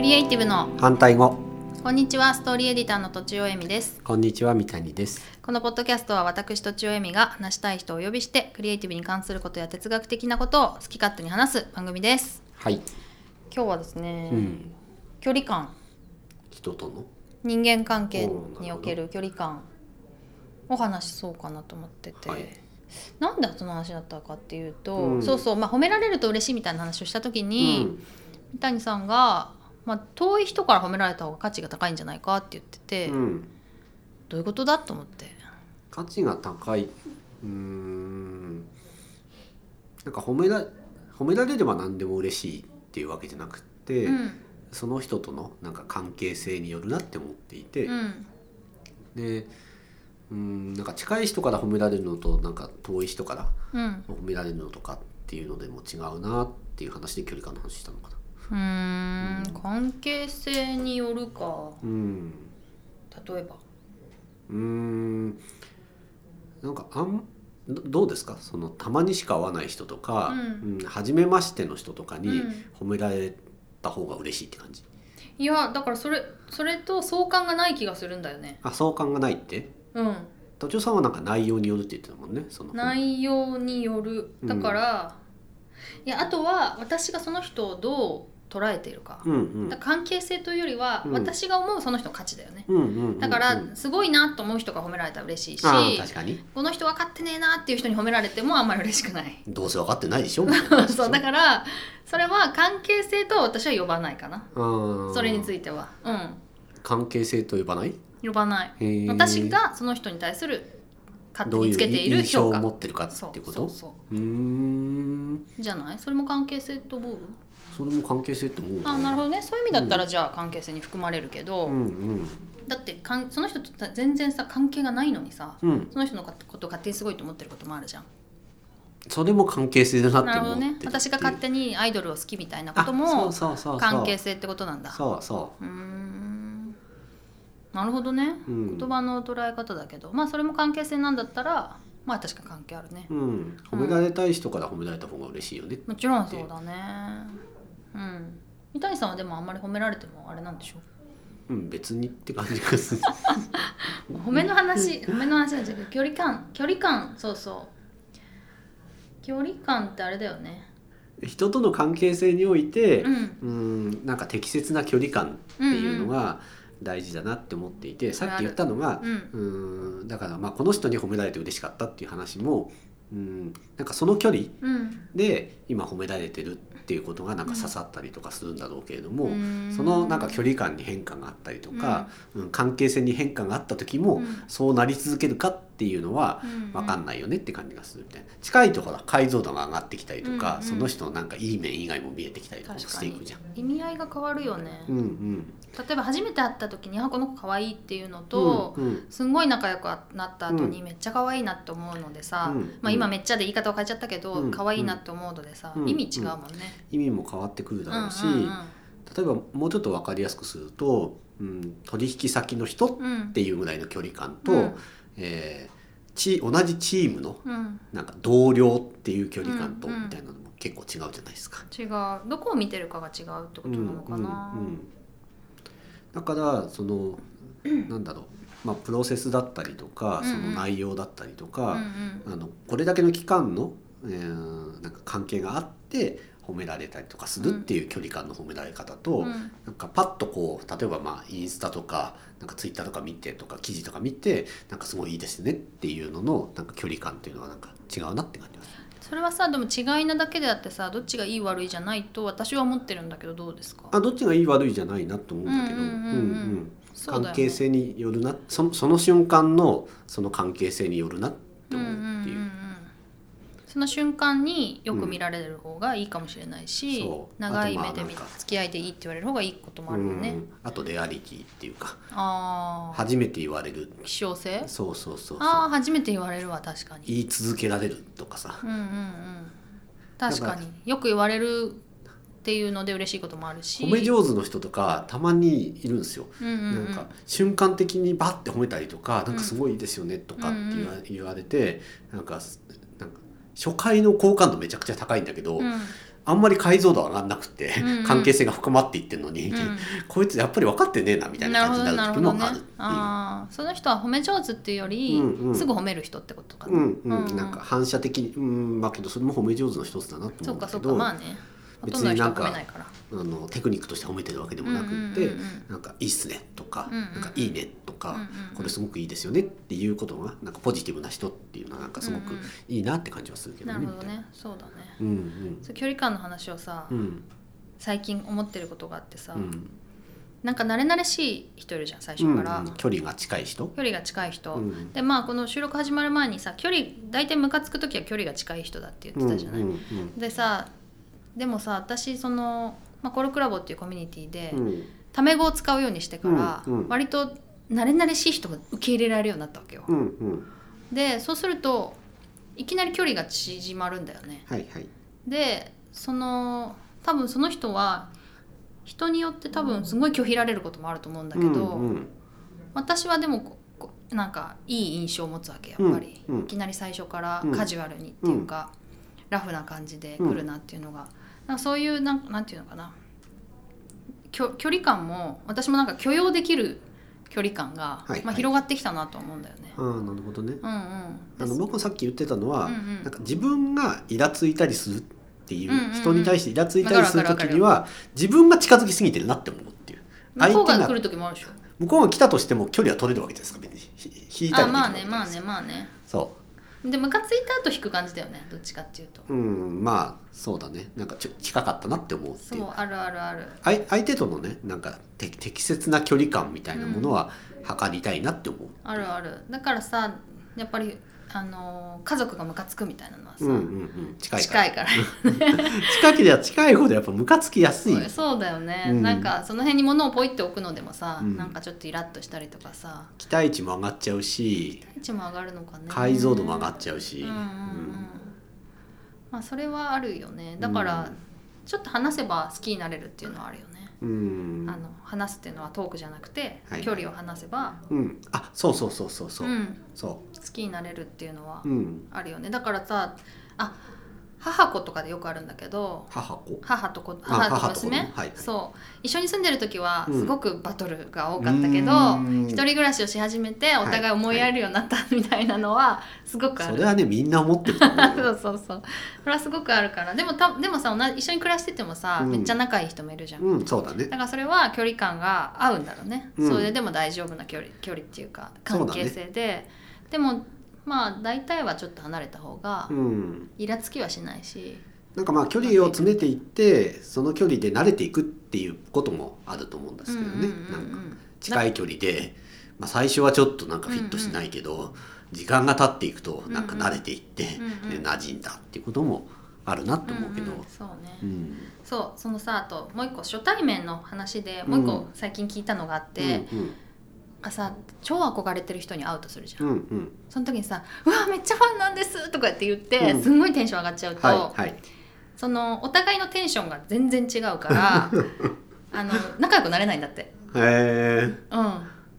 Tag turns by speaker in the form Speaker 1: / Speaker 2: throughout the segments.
Speaker 1: の
Speaker 2: 反対語
Speaker 1: こんにちはストーリーエディターのとちおえみです
Speaker 2: こんにちは三谷です
Speaker 1: このポッドキャストは私とちおえみが話したい人をお呼びしてクリエイティブに関することや哲学的なことを好き勝手に話す番組です
Speaker 2: はい
Speaker 1: 今日はですね、
Speaker 2: うん
Speaker 1: 距離感
Speaker 2: 人との
Speaker 1: 人間関係
Speaker 2: おーな
Speaker 1: に
Speaker 2: る
Speaker 1: お
Speaker 2: ほど
Speaker 1: ける距離感を話しそうかなと思ってて、
Speaker 2: はい
Speaker 1: なんでその話だったかっていうと、
Speaker 2: うん
Speaker 1: そうそう、まあ、褒められると嬉しいみたいな話をした時
Speaker 2: う
Speaker 1: に、
Speaker 2: ん
Speaker 1: 三谷さんが、まあ、遠い人から褒められた方が価値が高いんじゃないかって言ってて、
Speaker 2: うん、
Speaker 1: どういうことだと思って。
Speaker 2: 価値が高いうーんなんか褒めら褒められれば何でも嬉しいっていうわけじゃなくて、
Speaker 1: うん
Speaker 2: その人とのなんか関係性によるなって思っていて、
Speaker 1: うん
Speaker 2: でうんなんか近い人から褒められるのとなんか遠い人から
Speaker 1: うん
Speaker 2: 褒められるのとかっていうのでも違うなっていう話で距離感の話したのかな。
Speaker 1: うーん関係性によるか
Speaker 2: うん
Speaker 1: 例えば
Speaker 2: うーんなんかあんどどうですかそのたまにしか会わない人とか、
Speaker 1: う
Speaker 2: うん初めましての人とかに
Speaker 1: うん
Speaker 2: 褒められた方が嬉しいって感じ、
Speaker 1: いやだからそれそれと相関がない気がするんだよね
Speaker 2: あ相関がないって
Speaker 1: うん
Speaker 2: 途中さんはなんか内容によるって言ってたもんねその
Speaker 1: 内容による
Speaker 2: うん
Speaker 1: だから、いやあとは私がその人をどう捉えているか,、
Speaker 2: うんうん
Speaker 1: だから関係性というよりは、
Speaker 2: うん
Speaker 1: 私が思うその人の価値だよね
Speaker 2: うんうんうんうん
Speaker 1: だからすごいなと思う人が褒められたら嬉しいし、
Speaker 2: ああ確かに
Speaker 1: この人分かってねえなっていう人に褒められてもあんまり嬉しくない
Speaker 2: どうせ分かってないでしょみたいな
Speaker 1: そうだからそれは関係性とは私は呼ばないかなそ
Speaker 2: そ
Speaker 1: れにつ
Speaker 2: て
Speaker 1: いてはうん
Speaker 2: 関係性と呼ばない
Speaker 1: 呼ばない
Speaker 2: へー
Speaker 1: 私がその人に対する勝手
Speaker 2: どう
Speaker 1: に
Speaker 2: い
Speaker 1: つけ
Speaker 2: う
Speaker 1: ている
Speaker 2: 印象
Speaker 1: 評
Speaker 2: を
Speaker 1: 価
Speaker 2: 持ってるか
Speaker 1: そ
Speaker 2: っていう
Speaker 1: う
Speaker 2: こと
Speaker 1: そううそ
Speaker 2: ーん
Speaker 1: うじゃないそれも関係性と思う
Speaker 2: それも関係性って思う
Speaker 1: あなるほ
Speaker 2: ど
Speaker 1: どねそういう意味だったらじゃあ関係性に含まれるけど、
Speaker 2: うんうん
Speaker 1: だってかんその人とさ全然さ関係がないのにさ
Speaker 2: うん
Speaker 1: その人のこと勝手にすごいと思ってることもあるじゃん
Speaker 2: それも関係性だなって思っ
Speaker 1: な
Speaker 2: て
Speaker 1: るほどね
Speaker 2: っていう
Speaker 1: 私が勝手にアイドルを好きみたいなこ
Speaker 2: あ
Speaker 1: とも
Speaker 2: そうそうそうそう
Speaker 1: 関係性ってことなんだ
Speaker 2: そうそう
Speaker 1: ーんなるほどね、
Speaker 2: う、うん、
Speaker 1: 言葉の捉え方だけどまあそれも関係性なんだったらまあ確かに関係あるね
Speaker 2: うん、褒められたい人から褒められた方が嬉しいよね、
Speaker 1: もちろんそうだねうん三谷さんはでもあんまり褒められてもあれなんでしょ
Speaker 2: うん別にって感じが する
Speaker 1: 褒めの 話褒めの話なんじゃなくて距離感距離感そうそう距離感ってあれだよね
Speaker 2: 人との関係性において
Speaker 1: うん
Speaker 2: うんなんか適切な距離感っていうのが大事だなって思っていて、さっき言ったのが
Speaker 1: うん
Speaker 2: うんだからまあこの人に褒められて嬉しかったっていう話もうんなんかその距離
Speaker 1: うん
Speaker 2: で今褒められてるっていうことがなんか刺さったりとかするんだろうけれども、
Speaker 1: うん
Speaker 2: そのなんか距離感に変化があったりとか、うん関係性に変化があった時も、
Speaker 1: うん
Speaker 2: そうなり続けるかっていうのは
Speaker 1: うん
Speaker 2: 分かんないよねって感じがするみたいな近いところは解像度が上がってきたりとか、
Speaker 1: うん
Speaker 2: その人のなんかいい面以外も見えてきたりとかも
Speaker 1: 確
Speaker 2: し
Speaker 1: か
Speaker 2: てい
Speaker 1: に
Speaker 2: くじゃん。
Speaker 1: 意味合いが変わるよね、
Speaker 2: うんうん、
Speaker 1: 例えば初めて会った時に「あこの子可愛いっていうのと、
Speaker 2: うんうん
Speaker 1: すんごい仲良くなった後にめっちゃ可愛いなって思うのでさ、
Speaker 2: うん
Speaker 1: まあ、今めっちゃで言い方を変えちゃったけど、
Speaker 2: うん
Speaker 1: 可愛いなって思うのでさ、
Speaker 2: うん
Speaker 1: 意味違うもんね。
Speaker 2: 意味も変わってくるだろうし、
Speaker 1: うんうん
Speaker 2: 例えばもうちょっと分かりやすくすると、うん、取引先の人っ
Speaker 1: うんうん
Speaker 2: ていうぐらいの距離感と、
Speaker 1: うん
Speaker 2: えーチ同じチームの
Speaker 1: うん
Speaker 2: なんか同僚っていう距離感と
Speaker 1: うんうん
Speaker 2: みたいなのも結構違うじゃないですか。
Speaker 1: 違うどこを見てるかが違うってことなのかな。
Speaker 2: うんうんうんだからそのなんだろう、まあ、プロセスだったりとか
Speaker 1: うんう
Speaker 2: そ
Speaker 1: ん
Speaker 2: の内容だったりと
Speaker 1: うんう
Speaker 2: か、
Speaker 1: ん
Speaker 2: あのこれだけの期間の、えーなんか関係があって褒められたりとかするっていう距離感の褒められ方と、
Speaker 1: うん
Speaker 2: なんかパッとこう例えばまあインスタとかなんかツイッターとか見てとか記事とか見てなんかすごいいいですねっていうののなんか距離感っていうのはなんか違うなって感じます。
Speaker 1: それはさでも違いなだけであってさどっちがいい悪いじゃないと私は思ってるんだけどどうですか
Speaker 2: あどっちがいい悪いじゃないなと思うんだけど、
Speaker 1: うんうんうんうん
Speaker 2: うんうん
Speaker 1: そうだ
Speaker 2: 関
Speaker 1: よ
Speaker 2: 係
Speaker 1: ね
Speaker 2: 性によるなそその瞬間のその関係性によるなって思うっていう,、
Speaker 1: んんんんその瞬間によく見られる方がいいかもしれないし、
Speaker 2: うんそう
Speaker 1: 長い目で
Speaker 2: あとまあ
Speaker 1: 見
Speaker 2: なんか
Speaker 1: 付き合いでいいって言われる方がいいこともあるよね、
Speaker 2: うんあとレアリティっていうか
Speaker 1: ああ
Speaker 2: 初めて言われる
Speaker 1: 希少性
Speaker 2: そうそうそうそう
Speaker 1: ああ初めて言われるわ確かに
Speaker 2: 言い続けられるとかさ
Speaker 1: うんうんうん確
Speaker 2: だ
Speaker 1: か
Speaker 2: か
Speaker 1: によく言われるっていうので嬉しいこともあるし
Speaker 2: 褒め上手の人とかたまにいるんですよ。
Speaker 1: うんうんう
Speaker 2: なん
Speaker 1: ん
Speaker 2: か瞬間的にバッて褒めたりとか「なんかすごいいいですよね」とかって言わ,、
Speaker 1: うん
Speaker 2: 言われてなんかなんか初回の好感度めちゃくちゃ高いんだけど、
Speaker 1: うん
Speaker 2: あんまり解像度上がんなくて、
Speaker 1: うんうん
Speaker 2: 関係性が深まっていってんのに、
Speaker 1: うん
Speaker 2: こいつやっぱり分かってねえなみたいな感じになる時もあるっていう。
Speaker 1: ああその人は褒め上手っていうより、
Speaker 2: うんうん
Speaker 1: すぐ褒める人ってことかな、
Speaker 2: うんうん
Speaker 1: うんうん
Speaker 2: なんか反射的にうんまあけどそれも褒め上手の一つだなと
Speaker 1: そ
Speaker 2: 思う
Speaker 1: うんか
Speaker 2: だけ
Speaker 1: そう
Speaker 2: ど
Speaker 1: かまあねほとんどの人は褒めないから
Speaker 2: あのテクニックとして褒めてるわけでもなくって、
Speaker 1: うんうんうんうん
Speaker 2: なんか「いいっすね」とか「
Speaker 1: うんうんうん
Speaker 2: なんかいいね」と
Speaker 1: う
Speaker 2: か、
Speaker 1: んうんうん
Speaker 2: これすごくいいですよね」っていうことがなんかポジティブな人っていうのはなんかすごく
Speaker 1: うんうん
Speaker 2: いいなって感じはするけど
Speaker 1: な
Speaker 2: ね。
Speaker 1: るほどねそうだね、
Speaker 2: うんうん
Speaker 1: そう距離感の話をさ、
Speaker 2: うん
Speaker 1: 最近思ってることがあってさ、
Speaker 2: うん
Speaker 1: なんか慣れ慣れしい人いるじゃん最初から、
Speaker 2: うんうん距離が近い人、
Speaker 1: 距離が近い人、
Speaker 2: うん
Speaker 1: でまあこの収録始まる前にさ距離大体ムカつく時は距離が近い人だって言ってたじゃない、
Speaker 2: うんうん
Speaker 1: でさでもさ私その、まあ、コロクラボっていうコミュニティで、
Speaker 2: うんうん
Speaker 1: タメ語を使うようにしてから、
Speaker 2: うんうん
Speaker 1: 割と慣れ慣れしい人が受け入れられるようになったわけよ、
Speaker 2: うんうん
Speaker 1: でそうするといきなり距離が縮まるんだよね
Speaker 2: はいはい
Speaker 1: でその多分その人は人によって多分すごい拒否られることもあると思うんだけど、
Speaker 2: うんうん
Speaker 1: 私はでもここなんかいい印象を持つわけやっぱり、
Speaker 2: うんうん
Speaker 1: いきなり最初から
Speaker 2: うん
Speaker 1: カジュアルにっていうか、ラフな感じで来るなっていうのが、なんかそういうなんなんていうのかなきょ距離感も私もなんか許容できる距離感が、
Speaker 2: はい
Speaker 1: ま
Speaker 2: は
Speaker 1: あ、
Speaker 2: い
Speaker 1: 広がってきたなと思うんだよね。
Speaker 2: ああなるほどね。
Speaker 1: うん
Speaker 2: あ
Speaker 1: うん
Speaker 2: の
Speaker 1: です
Speaker 2: 僕もさっき言ってたのは、
Speaker 1: うんうん
Speaker 2: なんか自分がイラついたりするっていう、
Speaker 1: うんうんうん
Speaker 2: 人に対してイラついたりする時には自分が近づきすぎてるなって思うっていう
Speaker 1: 向こうが
Speaker 2: 相
Speaker 1: 来
Speaker 2: 手
Speaker 1: る時もあるでしょ。
Speaker 2: 向こうが来たとしても距離は取れるわけじゃないですか別にひ引いた
Speaker 1: あ
Speaker 2: り
Speaker 1: まあ
Speaker 2: で
Speaker 1: ね
Speaker 2: きる
Speaker 1: ま
Speaker 2: わ
Speaker 1: あ
Speaker 2: け
Speaker 1: ね
Speaker 2: です
Speaker 1: まあね。
Speaker 2: そ
Speaker 1: でムカついた後引く感じだよねどっちかっていうと。
Speaker 2: ううんまあそうだねなんかちょ近かったなって思うって
Speaker 1: そ
Speaker 2: いう
Speaker 1: うあるあるある。
Speaker 2: あい相手とのねなんかて適切な距離感みたいなものは測りたいなって思う、
Speaker 1: あるあるだからさやっぱりあのー家族がムカつくみたいなのはさ、
Speaker 2: うんうんうん、近いから
Speaker 1: 近いから
Speaker 2: 近ければ近いほどやっぱムカつきやすい
Speaker 1: そうだよね、
Speaker 2: うん
Speaker 1: なんかその辺に物をポイって置くのでもさ、
Speaker 2: うん
Speaker 1: なんかちょっとイラッとしたりとかさ
Speaker 2: 期待値も上がっちゃうし
Speaker 1: 位置も上がるのかね
Speaker 2: 解像度も上が
Speaker 1: っ
Speaker 2: っちゃうし、
Speaker 1: うんうんうんまあそれはあるよねだから、ちょっと話せば好きになれるっていうのはあるよね、
Speaker 2: うん
Speaker 1: あの話すっていうのはトークじゃなくて、
Speaker 2: はい
Speaker 1: 距離を離せば
Speaker 2: うん、あそうそうそうそうそう、
Speaker 1: ん、
Speaker 2: そ
Speaker 1: 好きになれるっていうのは
Speaker 2: う、うん、
Speaker 1: あるよねだからさあ母子とかでよくあるんだけど
Speaker 2: 母子
Speaker 1: 母と子
Speaker 2: あ
Speaker 1: 母と娘、
Speaker 2: 母と子ねはい
Speaker 1: そう一緒に住んでる時は
Speaker 2: うん
Speaker 1: すごくバトルが多かったけど、
Speaker 2: うん
Speaker 1: 一人暮らしをし始めてお
Speaker 2: は
Speaker 1: 互い
Speaker 2: い
Speaker 1: 思いやるようになったみたいなのはすごくあ
Speaker 2: そ
Speaker 1: る、
Speaker 2: れはねみんな思ってると思う
Speaker 1: そ
Speaker 2: よ
Speaker 1: うそうそうそれはすごくあるからでもたでもさ同じ一緒に暮らしててもさ、
Speaker 2: うん
Speaker 1: めっちゃ仲いい人もいるじゃん、
Speaker 2: うんそうだね
Speaker 1: だからそれは距離感が合うんだろうね、
Speaker 2: うん
Speaker 1: それでも大丈夫な距離距離っていうか
Speaker 2: そう
Speaker 1: 関
Speaker 2: だね
Speaker 1: 係性で、でもまあ大体はちょっと離れた方が
Speaker 2: うん
Speaker 1: イラつきはしないし、
Speaker 2: なんかまあ距離を詰めていってその距離で慣れていくっていうこともあると思うんですけどね、
Speaker 1: うんうんうんうん
Speaker 2: なんか近い距離で、まあ、最初はちょっとなんかフィットしないけど、時間が経っていくとなんか慣れていって、
Speaker 1: うんうん
Speaker 2: で馴染んだっていうこともあるなって思うけど、
Speaker 1: んんそうね、
Speaker 2: うん
Speaker 1: そうそのさあともう一個初対面の話でもう一
Speaker 2: う
Speaker 1: 個
Speaker 2: ん
Speaker 1: 最近聞いたのがあって、
Speaker 2: うん
Speaker 1: 朝超憧れてる人に会うとするじゃん、
Speaker 2: うんうん
Speaker 1: その時にさ「うわめっちゃファンなんです」とかって言って、
Speaker 2: うん
Speaker 1: すんごいテンション上がっちゃうと、
Speaker 2: はいはい
Speaker 1: そのお互いのテンションが全然違うから あの仲良くなれないんだって。
Speaker 2: へえ
Speaker 1: うん、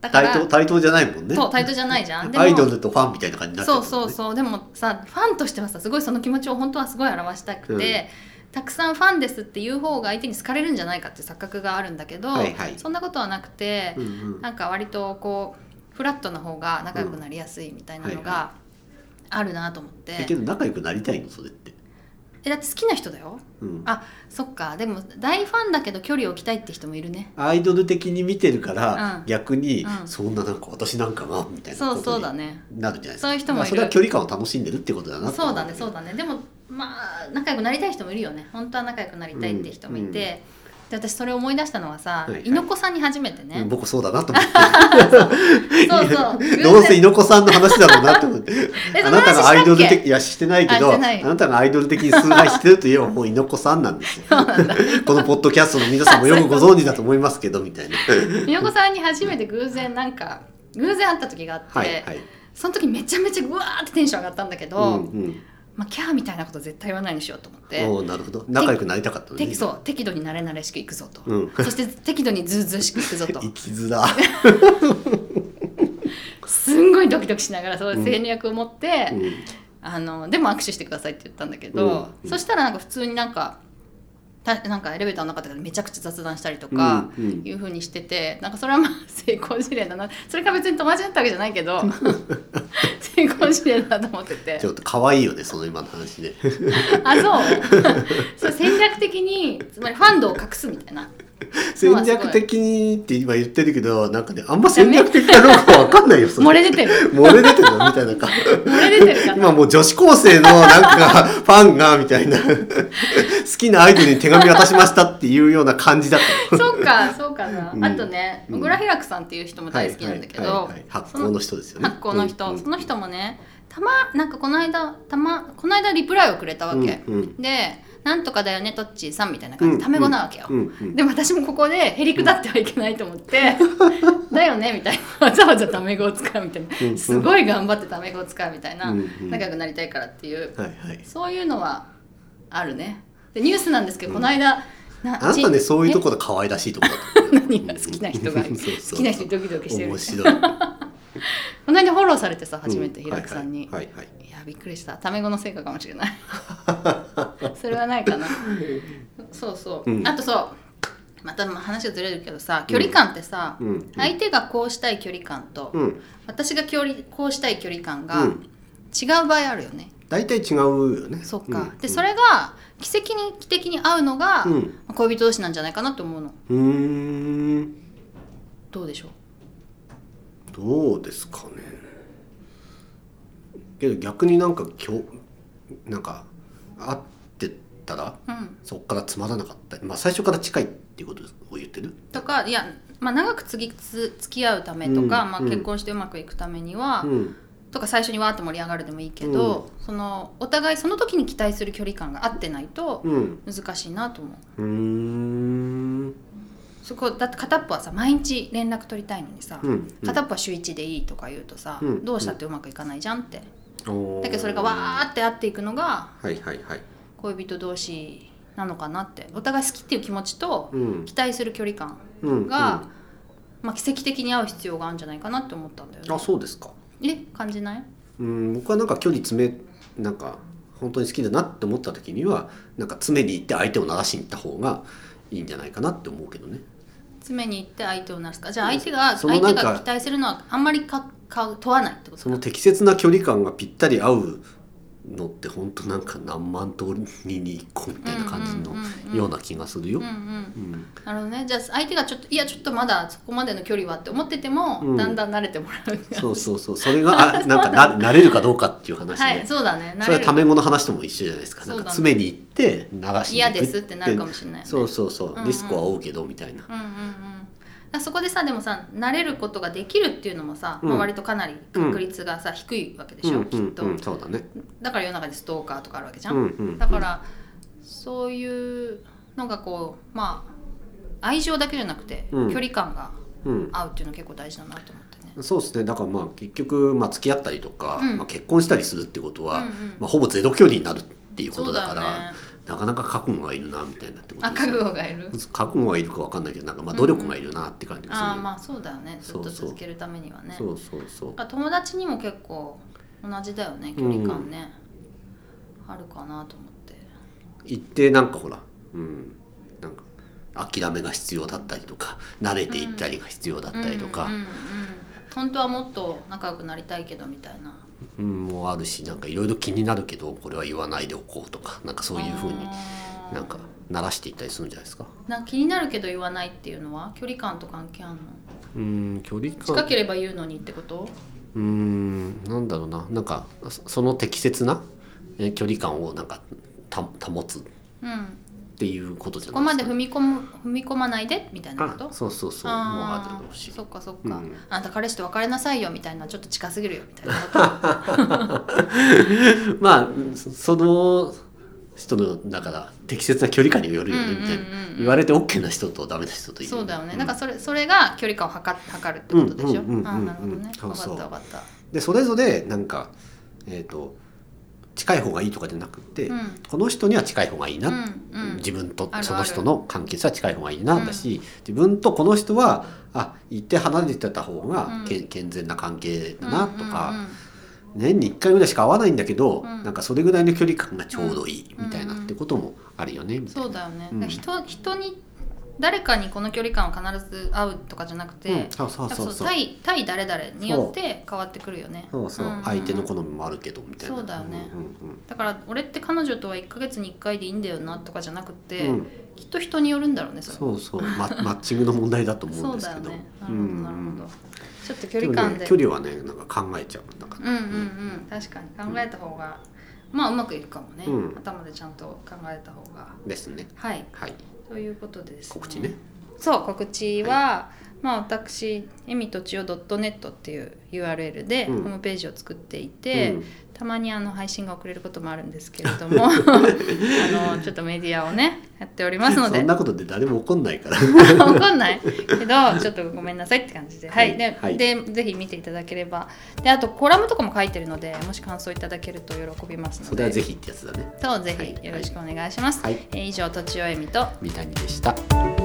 Speaker 1: だから
Speaker 2: 対等対等じゃないもんね
Speaker 1: そう対等じゃないじゃん。でも
Speaker 2: アイドルとファンみたいな感じになっちゃ
Speaker 1: そううそう
Speaker 2: う
Speaker 1: そうでもさファンとしてはさすごいその気持ちを本当はすごい表したくて、たくさんファンですっていう方が相手に好かれるんじゃないかっていう錯覚があるんだけど、
Speaker 2: はいはい
Speaker 1: そんなことはなくて、
Speaker 2: んうん
Speaker 1: なんか割とこうフラットな方が仲良くなりやすいみたいなの
Speaker 2: うんはい
Speaker 1: があるなと思って、
Speaker 2: えけど仲良くなりたいのそれって
Speaker 1: えだって好きな人だよ
Speaker 2: うん
Speaker 1: あそっかでも大ファンだけど距離を置きたいって人もいるね
Speaker 2: アイドル的に見てるから、
Speaker 1: うん
Speaker 2: 逆に、
Speaker 1: うん
Speaker 2: そんななんか私なんかがみたいな
Speaker 1: そう
Speaker 2: こと
Speaker 1: そう
Speaker 2: に
Speaker 1: だね
Speaker 2: なるんじゃないですか
Speaker 1: そういう人もいる
Speaker 2: まあそれは距離感を楽しんでるってことだなと
Speaker 1: そ
Speaker 2: 思
Speaker 1: うだねそうだねでもまあ仲良くなりたい人もいるよね本当は仲良くなりたいって人もいて、
Speaker 2: うんうん
Speaker 1: で私それを思い出したのはさ、
Speaker 2: はいはい
Speaker 1: 猪子さんに初めてね、
Speaker 2: うん僕そうだなと思って
Speaker 1: そう そう偶然
Speaker 2: どうせ猪子さんの話だろうなと思って
Speaker 1: えそ
Speaker 2: あ
Speaker 1: の
Speaker 2: なた
Speaker 1: 話
Speaker 2: がアイドル
Speaker 1: したっ
Speaker 2: 的
Speaker 1: け
Speaker 2: いやしてないけ
Speaker 1: あ
Speaker 2: ど
Speaker 1: し
Speaker 2: あ
Speaker 1: てない
Speaker 2: なたがアイドル的に崇拝してるといえばもう猪子さんな んですよこのポッドキャストの皆さんもよくご存知だと思いますけどみた いな
Speaker 1: 猪子さんに初めて偶然なんか偶然会った時があって、
Speaker 2: はいはい
Speaker 1: その時めちゃめちゃうわーってテンション上がったんだけど、
Speaker 2: うんうん
Speaker 1: まあ、キャーみたいなこと絶対言わないようにしようと思って。
Speaker 2: おーなるほど仲良くなりたかったのね
Speaker 1: 適そう適度に慣れ慣れしくいくぞと、
Speaker 2: うん
Speaker 1: そして適度にずうずうしくいく ぞと
Speaker 2: 生き づら
Speaker 1: すんごいドキドキしながらそういう戦略を持って、
Speaker 2: うん
Speaker 1: あのでも握手してくださいって言ったんだけど、
Speaker 2: うん
Speaker 1: そしたらなんか普通になんかたなんかエレベーターの中とかでめちゃくちゃ雑談したりとか、
Speaker 2: うんうん
Speaker 1: いうふうにしててなんかそれはまあ成功事例だなそれが別に友達だったわけじゃないけ ど成功事例だなと思ってて
Speaker 2: ちょっと可愛いよねその今の話 で
Speaker 1: あそうそう戦略的につまりファンドを隠すみたいな
Speaker 2: 戦略的にって今言ってるけどなんかねあんま戦略的かどうかわかんないよそ
Speaker 1: 漏れ出てる
Speaker 2: 漏れ出てるのみたいなか
Speaker 1: 漏れ出て るかな
Speaker 2: 今もう女子高生のなん かファンがみたいな好きなアイドルに手紙渡しましたっていうような感じだった
Speaker 1: そうかそうかな、
Speaker 2: うん
Speaker 1: あとね
Speaker 2: うん
Speaker 1: 小倉平くさんっていう人も大好きなんだけ
Speaker 2: はい
Speaker 1: ど
Speaker 2: はいはい発行の人ですよね
Speaker 1: 発行の人、
Speaker 2: うん
Speaker 1: その人もねたまなんかこの間たまこの間リプライをくれたわけ、
Speaker 2: うんうん
Speaker 1: で「なんとかだよねとっちーさん」みたいな感じ
Speaker 2: うん
Speaker 1: タメ語なわけよ、
Speaker 2: うんうん
Speaker 1: でも私もここでへりくだってはいけないと思って「だよね」みたいなわざわざタメ語を使うみたいな、
Speaker 2: うんうん
Speaker 1: すごい頑張ってタメ語を使うみたいな、
Speaker 2: うんうん
Speaker 1: 仲良くなりたいからっていう
Speaker 2: はいはい
Speaker 1: そういうのはあるねでニュースなんですけど、この間な
Speaker 2: あなたねそういうとこで可愛らしいとこだと思う
Speaker 1: 何が好きな人が
Speaker 2: そうそうそう
Speaker 1: 好きな人にドキドキしてる
Speaker 2: 面白い
Speaker 1: この間フォローされてさ初めて平
Speaker 2: ら
Speaker 1: 久さんに、
Speaker 2: はいはいはい
Speaker 1: いやびっくりしたタメ語のせいかかもしれない それはないかなそうそう、
Speaker 2: うん
Speaker 1: あとそうまた話がずれるけどさ距離感ってさ、
Speaker 2: うんうん
Speaker 1: 相手がこうしたい距離感と、
Speaker 2: うん
Speaker 1: 私が距離こうしたい距離感
Speaker 2: う
Speaker 1: が
Speaker 2: ん
Speaker 1: 違う場合あるよね、
Speaker 2: 大体違うよね
Speaker 1: そっか、
Speaker 2: ん
Speaker 1: でそれが奇跡的に合うのが、
Speaker 2: うん
Speaker 1: 恋人同士なんじゃないかなと思うの
Speaker 2: うーん
Speaker 1: どうでしょう
Speaker 2: どうですかねけど逆になんか今日なんか会ってたら
Speaker 1: うん、
Speaker 2: そこからつまらなかったりまあ最初から近いっていうことを言ってる
Speaker 1: とかいや、まあ、長く次つ付き合うためとか、
Speaker 2: うん
Speaker 1: まあ、
Speaker 2: うん
Speaker 1: 結婚してうまくいくためには、
Speaker 2: うん
Speaker 1: とか最初にわーっと盛り上がるでもいいけど、そのお互いその時に期待する距離感が合ってないと
Speaker 2: うん
Speaker 1: 難しいなと思う。
Speaker 2: うーん
Speaker 1: そこだって片っぽはさ毎日連絡取りたいのにさ、
Speaker 2: うん
Speaker 1: 片っぽは週1でいいとか言うとさ、
Speaker 2: うん
Speaker 1: どうしたってうまくいかないじゃんって、
Speaker 2: おー
Speaker 1: だけどそれがわーって合っていくのが
Speaker 2: はいはいはい
Speaker 1: 恋人同士なのかなってお互い好きっていう気持ちと
Speaker 2: うん
Speaker 1: 期待する距離感
Speaker 2: うん
Speaker 1: が、まあ、奇跡的に合う必要があるんじゃないかなって思ったんだよ
Speaker 2: うんあ
Speaker 1: ね。
Speaker 2: そうですか
Speaker 1: え感じない
Speaker 2: うん僕はなんか距離詰めなんか本当に好きだなって思った時にはなんか詰めに行って相手を鳴らしに行った方がいいんじゃないかなって思うけどね
Speaker 1: 詰めに行って相手をなすかじゃあ相手が
Speaker 2: その
Speaker 1: 相手
Speaker 2: なんか
Speaker 1: が期待するのはあんまりかか問わないってこと
Speaker 2: その適切な距離感がぴったり合うのって本当なんか何万通りに1個みたいな感じ
Speaker 1: うんうんうんう
Speaker 2: の
Speaker 1: ん
Speaker 2: ような気がするよ
Speaker 1: うんう。ん
Speaker 2: うん
Speaker 1: なるほどねじゃあ相手がちょっといやちょっとまだそこまでの距離はって思ってても、
Speaker 2: うん
Speaker 1: だんだん慣れてもらう
Speaker 2: そうそうそうそれがあなんかな慣れるかどうかっていう話
Speaker 1: は
Speaker 2: で、
Speaker 1: いそうだね
Speaker 2: そ
Speaker 1: 慣
Speaker 2: れは
Speaker 1: れ
Speaker 2: タ
Speaker 1: る
Speaker 2: メ語の話とも一緒じゃないですか,、
Speaker 1: そう
Speaker 2: な
Speaker 1: だ
Speaker 2: ん
Speaker 1: ね
Speaker 2: か詰めに行って流して
Speaker 1: 嫌ですってなるかもしれないよね
Speaker 2: そうそうそう、
Speaker 1: うんうん
Speaker 2: リスクは負うけどみたいな
Speaker 1: うんうんうんだからそこでさでもさ慣れることができるっていうのもさ、
Speaker 2: うん
Speaker 1: まあ割とかなり確率がさ、低いわけでしょ、
Speaker 2: うんうん
Speaker 1: きっと、
Speaker 2: うん、そうだね
Speaker 1: だから世の中でストーカーとかあるわけじゃん、
Speaker 2: うんうん
Speaker 1: だからそういうのがこうまあ愛情だけじゃなくて、
Speaker 2: うん
Speaker 1: 距離感が
Speaker 2: うん
Speaker 1: 合うっていうの結構大事だなと思ってね
Speaker 2: そうですねだからまあ結局、まあ、付き合ったりとか、
Speaker 1: うん
Speaker 2: まあ、結婚したりするってことは、
Speaker 1: うんうん
Speaker 2: まあ、ほぼゼロ距離になるっていうこ
Speaker 1: そ
Speaker 2: と
Speaker 1: う
Speaker 2: だ
Speaker 1: だ
Speaker 2: か
Speaker 1: よね
Speaker 2: ら、なかなか覚悟がいるなみたいなってこと
Speaker 1: あ
Speaker 2: ですよ
Speaker 1: 覚悟がいる
Speaker 2: 覚悟がいるかわかんないけどなんかまあ努力がいるなって感じがする、
Speaker 1: ああまあそうだよねずっ
Speaker 2: そう
Speaker 1: と
Speaker 2: そう
Speaker 1: 続けるためにはね
Speaker 2: そうそうそう
Speaker 1: だから友達にも結構同じだよね距離感ね、あるかなと思って
Speaker 2: 一定なんかほらうんなんか諦めが必要だったりとか慣れていったりが必要だったりとか
Speaker 1: うん、うんうん本当はもっと仲良くなりたいけどみたいな
Speaker 2: うんもうあるしなんかいろいろ気になるけどこれは言わないでおこうとかなんかそういうふうに
Speaker 1: あー
Speaker 2: なんか慣らしていったりするんじゃないですか
Speaker 1: なんか気になるけど言わないっていうのは距離感と関係あるの
Speaker 2: うん距離
Speaker 1: 近
Speaker 2: 感
Speaker 1: ければ言うのにってこと
Speaker 2: うーんなんだろうななんかそその適切なえ距離感をなんかた保つっ
Speaker 1: うん
Speaker 2: ていうことじゃ
Speaker 1: そ
Speaker 2: な
Speaker 1: こ
Speaker 2: いで
Speaker 1: ますで
Speaker 2: か
Speaker 1: 踏み込む踏み込まないでみたいなこと
Speaker 2: あそうそうそうもう
Speaker 1: あー
Speaker 2: あるだろうし
Speaker 1: そっかそっか、
Speaker 2: うん
Speaker 1: あんた彼氏と別れなさいよみたいなちょっと近すぎるよみたいな こと
Speaker 2: まあそその人のだから適切な距離感によるよね
Speaker 1: うんうんうん
Speaker 2: みたいな、
Speaker 1: うん
Speaker 2: 言われて OK な人とダメな人といる
Speaker 1: そうだよね、
Speaker 2: ん
Speaker 1: なんかそれそれが距離感を測っ測るってことでしょ、
Speaker 2: うんうんうんうん
Speaker 1: あーなるほどね
Speaker 2: そ
Speaker 1: 分
Speaker 2: う
Speaker 1: か
Speaker 2: そう
Speaker 1: った分かった
Speaker 2: でそれぞれなんかえっ、と近い方がいいとかじゃなくて、
Speaker 1: うん
Speaker 2: この人には近い方がいいな、
Speaker 1: うんうん
Speaker 2: 自分と
Speaker 1: あるある
Speaker 2: その人の関係性は近い方がいいなだし、自分とこの人はあ一定離れてた方が
Speaker 1: うん
Speaker 2: け、健全な関係だなとか、
Speaker 1: うんうんうん
Speaker 2: 年に1回ぐらいしか会わないんだけ
Speaker 1: う
Speaker 2: ど、
Speaker 1: ん
Speaker 2: なんかそれぐらいの距離感がちょうどいいみたいな
Speaker 1: うん
Speaker 2: ってこともあるよねみたい
Speaker 1: そ
Speaker 2: な
Speaker 1: うだよね、
Speaker 2: うん
Speaker 1: だから人人に誰かにこの距離感は必ず合うとかじゃなくて、
Speaker 2: うんそうそうそうそう
Speaker 1: 対対誰々によって変わってくるよね
Speaker 2: そうそう、
Speaker 1: んんん
Speaker 2: 相手の好みもあるけどみたいな
Speaker 1: そうだよね
Speaker 2: うんうん
Speaker 1: だから俺って彼女とは1ヶ月に1回でいいんだよなとかじゃなくて、
Speaker 2: うんうん
Speaker 1: きっと人によるんだろうねそれ
Speaker 2: そうそう、ま、マッチングの問題だと思うん
Speaker 1: そう
Speaker 2: です
Speaker 1: だ
Speaker 2: け
Speaker 1: よ
Speaker 2: ど
Speaker 1: ねな
Speaker 2: う
Speaker 1: るほど
Speaker 2: ん
Speaker 1: なるほど、ちょっと距
Speaker 2: で
Speaker 1: 離
Speaker 2: も
Speaker 1: 感で
Speaker 2: ね距離はねなんか考えちゃうなんか
Speaker 1: うんうんうん確かに考えた方が、まあうまくいくかもね、
Speaker 2: うん
Speaker 1: 頭でちゃんと考えた方が
Speaker 2: ですね
Speaker 1: はい
Speaker 2: はい
Speaker 1: ということでです、
Speaker 2: 告知ね
Speaker 1: そう告知は、まあ、私「えみとちお .net」っていう URL でホ
Speaker 2: うん
Speaker 1: ームページを作っていて、
Speaker 2: うん
Speaker 1: たまにあの配信が遅れることもあるんですけれど もあのちょっとメディアをねやっておりますの
Speaker 2: そ
Speaker 1: で
Speaker 2: んなことで誰も怒んないから
Speaker 1: 分かんないけどちょっとごめんなさいって感じで、はい
Speaker 2: はい
Speaker 1: で
Speaker 2: はい
Speaker 1: でぜひ見ていただければであとコラムとかも書いてるのでもし感想いただけると喜びますので
Speaker 2: それはぜひってやつだね
Speaker 1: とぜひよろしくお願いします、
Speaker 2: はい
Speaker 1: えー以上とちおえみと
Speaker 2: みたいにでした
Speaker 1: バイバイ